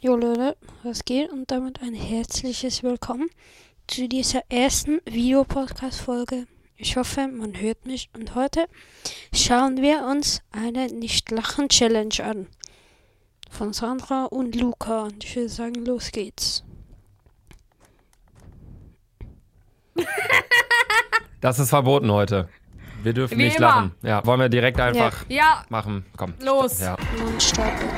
Jo Leute, was geht? Und damit ein herzliches Willkommen zu dieser ersten Videopodcast-Folge. Ich hoffe, man hört mich. Und heute schauen wir uns eine Nicht-Lachen-Challenge an. Von Sandra und Luca. Und ich würde sagen, los geht's. Das ist verboten heute. Wir dürfen Wie nicht immer. lachen. Ja, wollen wir direkt einfach Ja, machen. Komm. Los. Ja. Man startet.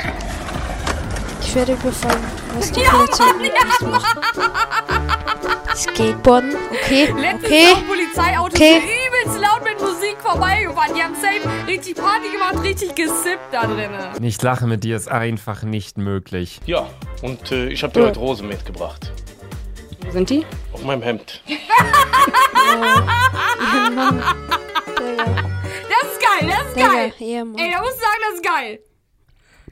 Ich werde überfallen, was die Ja, Polizei Mann, mit ja, uns macht. Skateboarden, okay, letztens okay. okay. Polizeiautos Okay. sind übelst laut mit Musik vorbeigefahren. Die haben safe richtig Party gemacht, richtig gesippt da drinnen. Nicht lachen mit dir ist einfach nicht möglich. Ja, und äh, ich habe dir heute Rosen mitgebracht. Wo sind die? Auf meinem Hemd. Digga, Das ist geil, das ist Digga, geil. ja, Mann. Ey, da musst du sagen, das ist geil.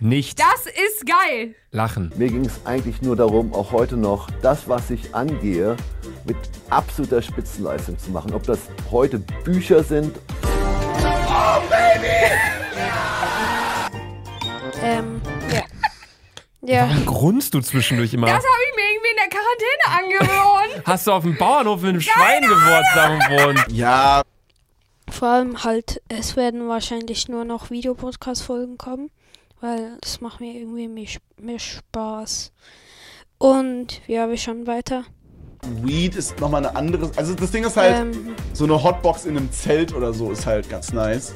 Nicht Das ist geil. lachen. Mir ging es eigentlich nur darum, auch heute noch das, was ich angehe, mit absoluter Spitzenleistung zu machen. Ob das heute Bücher sind Ähm, ja. Ja, Grunst du zwischendurch immer? Das habe ich mir irgendwie in der Quarantäne angewöhnt. Hast du auf dem Bauernhof mit einem Schwein geworden gewohnt? vor allem halt, es werden wahrscheinlich nur noch Videopodcast-Folgen kommen, weil das macht mir irgendwie mehr, Sp- mehr Spaß. Und ja, wir schauen weiter. Weed ist nochmal eine andere. Also das Ding ist halt, Ähm, so eine Hotbox in einem Zelt oder so ist halt ganz nice.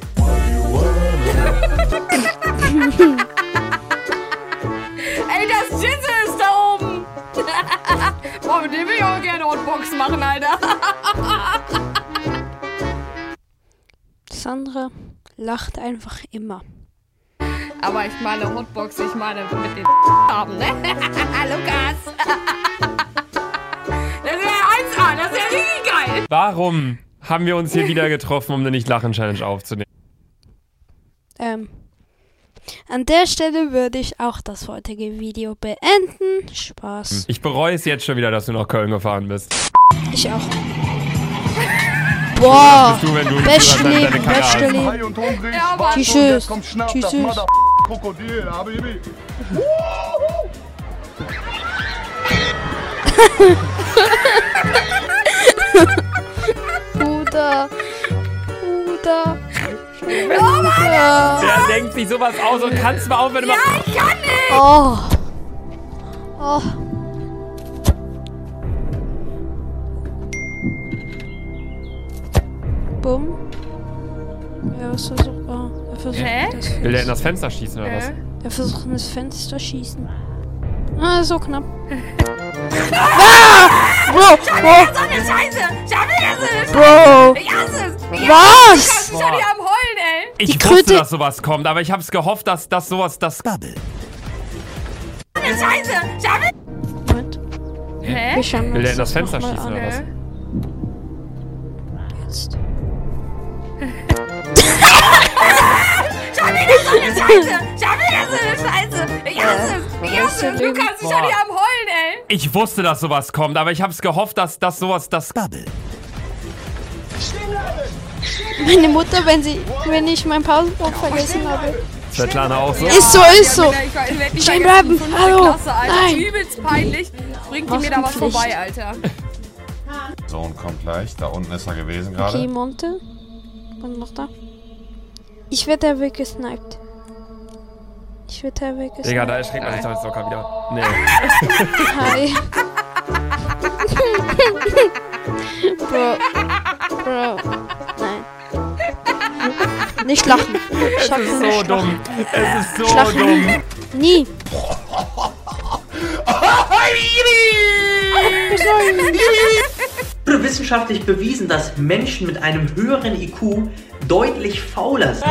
Ey, das Jizze ist da oben. Boah, mit dem will ich auch gerne Hotbox machen, Alter. Sandra lacht einfach immer. Aber ich meine Hotbox, ich meine mit den haben, ne? Lukas. Das ist ja 1A, das ist ja richtig geil. Warum haben wir uns hier wieder getroffen, um eine Nicht-Lachen-Challenge aufzunehmen? Ähm, an der Stelle würde ich auch das heutige Video beenden. Spaß. Ich bereue es jetzt schon wieder, dass du nach Köln gefahren bist. Ich auch. Boah, Bist du, wenn du beste Führerschein deine Leben, Karre hast. beste Leben. und hungrig. Ja, Mann. Warte, Tschüss. und jetzt kommt Schnapp, das Tschüss. Mother- Krokodil, Habibi. Bruder. Bruder. Der denkt sich sowas aus und kannst mal aufhören. Ja. Oh. Oh. Bumm. Ja, was versucht er? Er versucht Hä? das Will der in Fenster. das Fenster schießen oder was? Er versucht in das Fenster schießen. Ah, so knapp. ah! Bro, So eine Scheiße. Ich hab das nicht. Bro, Bro. Ich hasse es. Ich Oh. Was? bin schon wieder am Heulen, ey. Ich Die wusste, Kröte- dass sowas kommt, aber ich hab's gehofft, dass das sowas das So eine Scheiße. Ich hab Moment, wir Hä? schauen uns Will der in das Fenster nochmal schießen an. oder was? Jetzt. So eine Scheiße. Ich hab das eine Scheiße. Ich hasse es. Äh, Ich hasse es. Lukas, ich bin schon wieder am Heulen, ey. Ich wusste, dass sowas kommt, aber ich hab's gehofft, dass das sowas das Meine Mutter, wenn sie, wenn ich mein Pausenbrot vergessen habe. Svetlana auch so. Ist so, ist so. Ich war, ich werd nicht Stehen vergessen, bleiben. fünfte Hallo. Klasse, Alter. Nein. Übelst peinlich. Bringt die mir da was Maskenpflicht. vorbei, Alter. Sohn kommt gleich, da unten ist er gewesen Äh? gerade. Okay, Monte. Und noch da. Ich werde da weggesniped. Ich werde da weggesniped. Digga, da erschreckt man sich doch jetzt locker wieder. Nee. Hi. Bro. Bro. Nein. Nicht lachen. Ich hab so So dumm. Es ist so Schlafen. dumm. Nie. Wurde wissenschaftlich bewiesen, dass Menschen mit einem höheren IQ deutlich fauler sind.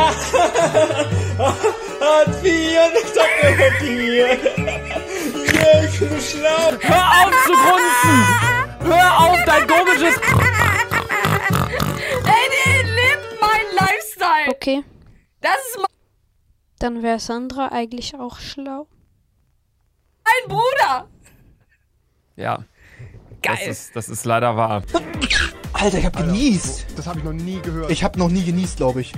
Hör auf zu grunzen! Hör auf, dein komisches. Ey, die lebt mein Lifestyle. Okay. Das ist Dann wäre Sandra eigentlich auch schlau. mein Bruder. Ja. Geil. Das ist, das ist leider wahr. Alter, ich hab genießt. Das habe ich noch nie gehört. Ich hab noch nie genießt, glaube ich.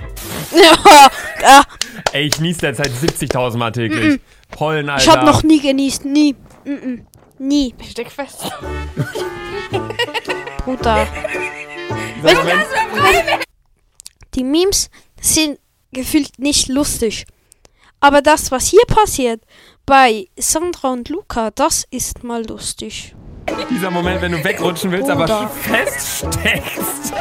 ah, Ey, ich nies derzeit 70.000 Mal täglich. Pollen, Alter. Ich habe noch nie genießt, nie. Mm-mm. Nie, Ich steck fest. Bruder. Wenn, wenn, Die Memes sind gefühlt nicht lustig. Aber das, was hier passiert, bei Sandra und Luca, das ist mal lustig. Dieser Moment, wenn du wegrutschen willst, aber feststeckst.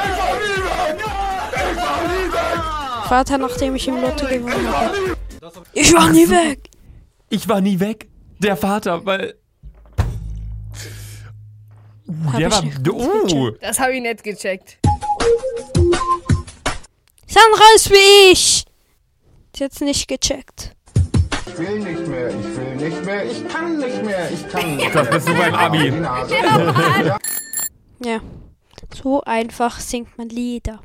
Vater, nachdem ich im Lotto gewonnen habe. Ich war nie weg. Ich war nie weg. Der Vater, weil. Uh, der ich war. nicht Oh, Das habe ich nicht gecheckt. Sandra ist wie ich. Sie hat's nicht gecheckt. will nicht mehr, ich will nicht mehr, ich kann nicht mehr, ich kann nicht das bist du beim Abi. Nase. Ja. So einfach singt man Lieder.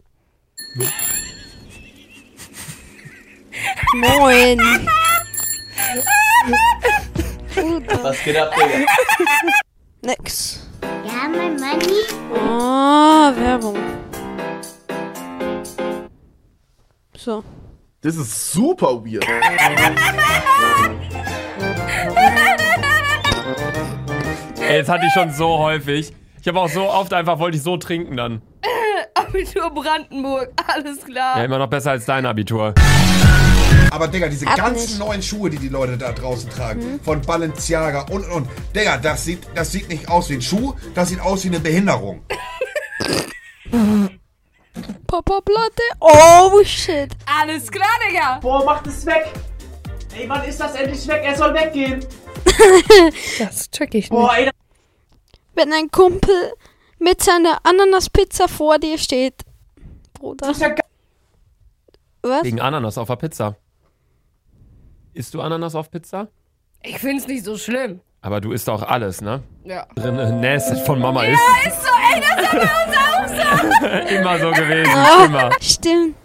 Moin. Was geht ab, Digga? Nix. Ja, mein Manni. Ah, Werbung. So. das ist super weird. Ey, das hatte ich schon so häufig. Ich habe auch so oft einfach, wollte ich so trinken dann. Abitur Brandenburg, alles klar. Ja, immer noch besser als dein Abitur. Aber Digga, diese ganzen neuen Schuhe, die die Leute da draußen tragen, von Balenciaga und und und. Digga, das sieht, das sieht nicht aus wie ein Schuh, das sieht aus wie eine Behinderung. Papa Platte. Oh shit. Alles klar, Digga. Boah, macht es weg! Ey, wann ist das endlich weg? Er soll weggehen! Das check ich nicht. Boah, ey, Wenn ein Kumpel mit seiner Ananaspizza vor dir steht. Bruder. ja ge- Was? Wegen Ananas auf der Pizza. Isst du Ananas auf Pizza? Ich finde es nicht so schlimm. Aber du isst auch alles, ne? Ja. Drin Näs von Mama ist. Ja, ist so, ey, das haben wir uns auch Immer so Oh. gewesen, immer. Stimmt.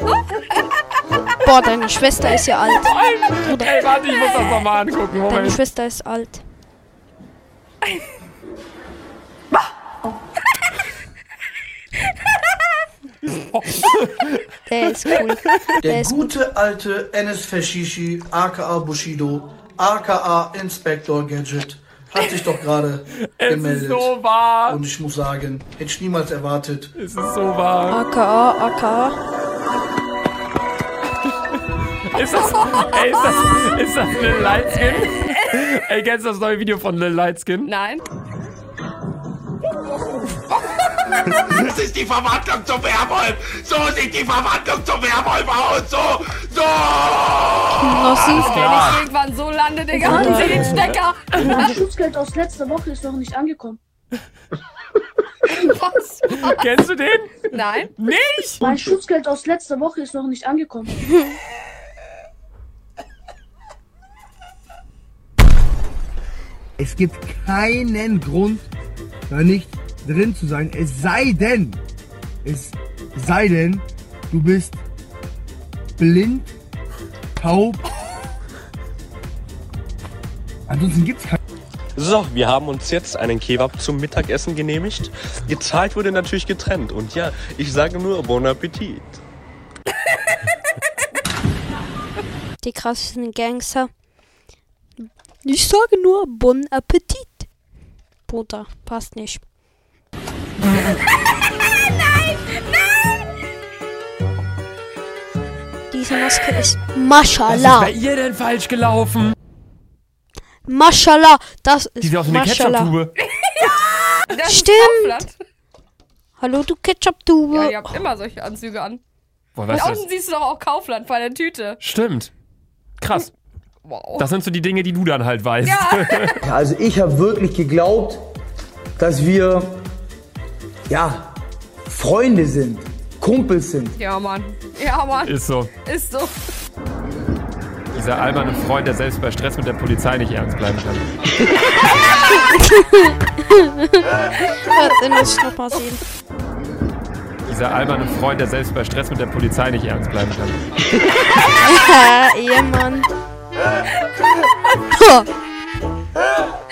Bah. Oh. Boah, deine Schwester ist ja alt. Ey, warte, ich muss das nochmal angucken. Deine Moment. Schwester ist alt. Der ist cool. Der Der ist gute alte Enes Feshishi, aka Bushido, aka Inspector Gadget, hat sich doch gerade Es ist gemeldet. so wahr. Und ich muss sagen, hätte ich niemals erwartet. Es ist so wahr. AKA, AKA. Ist das, Oh ey, ist das, ist das Lil Lightskin? Ey, kennst du das neue Video von Lil Lightskin? Nein? Das ist die Verwandlung zum Werwolf. So sieht die Verwandlung zum Werwolf aus. So, so. Knossi. Wenn ich irgendwann so lande, Digga, haben sie den Stecker. Das Schutzgeld aus letzter Woche ist noch nicht angekommen. Was? Kennst du den? Nein? Nicht? Mein Schutzgeld aus letzter Woche ist noch nicht angekommen. Es gibt keinen Grund, da nicht drin zu sein. Es sei denn, es sei denn, du bist blind, taub. Ansonsten gibt's keinen. So, wir haben uns jetzt einen Kebab zum Mittagessen genehmigt. Gezahlt wurde natürlich getrennt. Und ja, ich sage nur Bon Appetit. Die krassesten Gangster. Ich sage nur Bon Appetit. Bruder, passt nicht. Diese Maske ist Was ist Maschallah. bei ihr denn falsch gelaufen? Maschallah, das Die ist sieht aus wie eine Maschallah. Ketchup-Tube. Das ist Stimmt. Kaufland. Hallo, du Ketchup-Tube. Ja, ihr habt immer solche Anzüge an. Boah, Und weißt du, außen das- siehst du doch auch Kaufland bei der Tüte. stimmt. Krass. Wow. Das sind so die Dinge, die du dann halt weißt. ja. Also ich habe wirklich geglaubt, dass wir ja Freunde sind, Kumpels sind. ja, Mann. Ja, Mann. Ist so. Ist so. Dieser alberne Freund, der selbst bei Stress mit der Polizei nicht ernst bleiben kann. Warte, den muss ich nochmal sehen. Dieser alberne Freund, der selbst bei Stress mit der Polizei nicht ernst bleiben kann. Haha, Ehemann.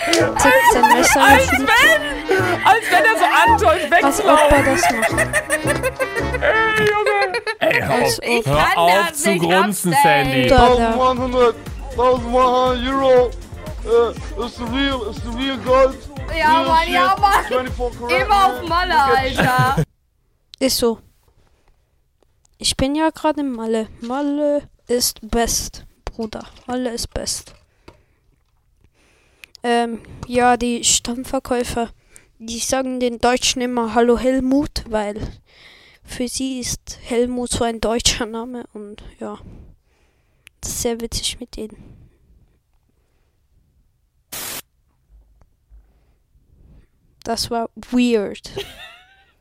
Tipps und Messer. Als natürlich. wenn! Als wenn er so andeutet, Als wegzulaufen. ob er das macht. Ey, Junge! Ey, hör auf, Ich hör kann auf das zu nicht grunzen, abstellen. Sandy. Da, da. 1100, 1100 Euro. äh, Uh, it's the real, it's the real gold. Ja, real Mann, ja, shit, Mann. 24 karat, Immer auf man. Malle, Alter. Ist so. Ich bin ja gerade in Malle. Malle ist best, Bruder. Malle ist best. Ähm, ja, die Stammverkäufer, die sagen den Deutschen immer Hallo Helmut, weil für sie ist Helmut so ein deutscher Name und ja. Das ist sehr witzig mit denen. Das war weird.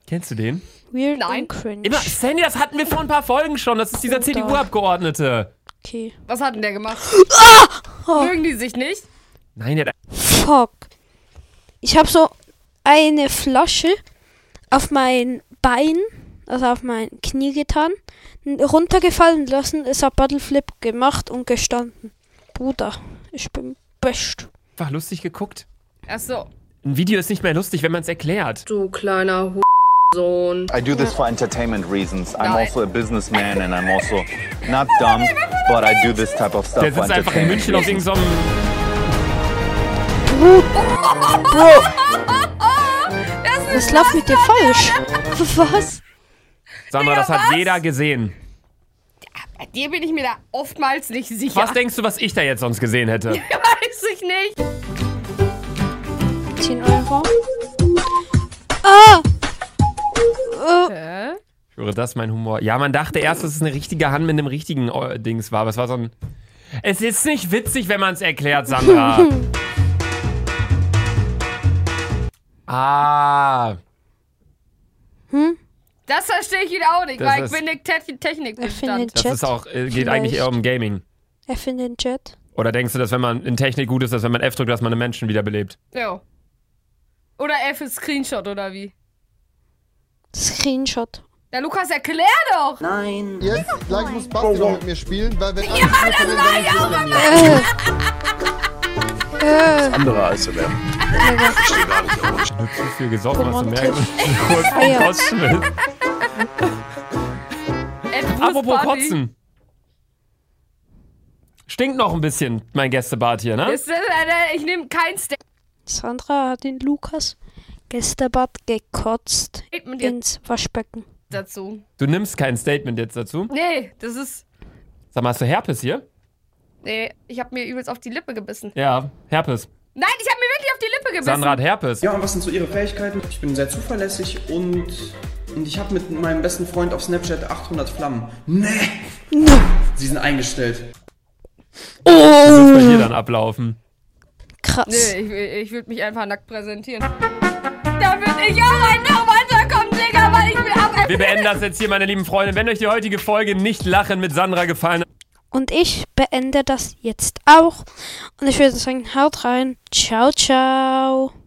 Kennst du den? Weird und cringe. Immer, Sandy, das hatten wir vor ein paar Folgen schon. Das ist dieser CDU-Abgeordnete. Okay. Was hat denn der gemacht? Ah! Mögen die sich nicht? Nein, der hat Fuck. Ich habe so eine Flasche auf mein Bein, also auf mein Knie getan, n- runtergefallen lassen, ist auf Battleflip gemacht und gestanden. Bruder, ich bin best. einfach lustig geguckt. Ach so. Ein Video ist nicht mehr lustig, wenn man es erklärt. Du kleiner Sohn. I do this for entertainment reasons. I'm Nein. also a businessman and I'm also not dumb, but I do this type of stuff Der for sitzt einfach in München entertainment auf reasons. irgendeinem. Bro, was läuft mit dir falsch? Was? Sag mal, das hat jeder gesehen. Bei dir bin ich mir da oftmals nicht sicher. Was denkst du, was ich da jetzt sonst gesehen hätte? Weiß ich nicht. 10 Euro. Ah! Äh, Ich höre, das ist mein Humor. Ja, man dachte erst, dass es eine richtige Hand mit einem richtigen äh, Dings war, aber es war so ein. Es ist nicht witzig, wenn man es erklärt, Sandra. ah. Das verstehe ich wieder auch nicht, Das weil ich ist- bin nicht Te Technik findet Das ist auch, äh, geht eigentlich eher um Gaming. er findet den Chat. Oder denkst du, dass wenn man in Technik gut ist, dass wenn man F drückt, dass man einen Menschen wiederbelebt? Ja. Oder F ist Screenshot oder wie? Screenshot. Ja, Lukas, erklär doch! Nein. Jetzt, gleich muss Basti noch mit mir spielen, weil wenn alles Ja, nur von den das Jungs war ist, Äh, Andere als er Ich stehe gar nicht auf. Ich hab zu viel gesoffen, was du merkst. Kurz Ah, ja. vom Kotzen ist. Apropos Party. Kotzen. Stinkt noch ein bisschen, mein Gästebad hier, ne? Ist das, äh, ich nehme kein Steak Sandra hat den Lukas Gästebad gekotzt mit dir ins Waschbecken. dazu. Du nimmst kein Statement jetzt dazu. Nee, das ist. Sag mal, hast du Herpes hier? Nee, ich habe mir übelst auf die Lippe gebissen. Ja, Herpes. Nein, ich habe mir wirklich auf die Lippe gebissen. Sandra hat Herpes. Ja, und was sind so Ihre Fähigkeiten? Ich bin sehr zuverlässig und, und ich habe mit meinem besten Freund auf Snapchat 800 Flammen. Nee! Sie sind eingestellt. Wie soll's bei dir dann ablaufen? Krass. Nee, ich, will- ich würde mich einfach nackt präsentieren. Da wird ich auch ein Nachwandler kommen, Digga, weil ich mir ab. Wir beenden das jetzt hier, meine lieben Freunde. Wenn euch die heutige Folge nicht lachen mit Sandra gefallen hat, Und ich beende das jetzt auch. Und ich würde sagen, haut rein. Ciao, ciao.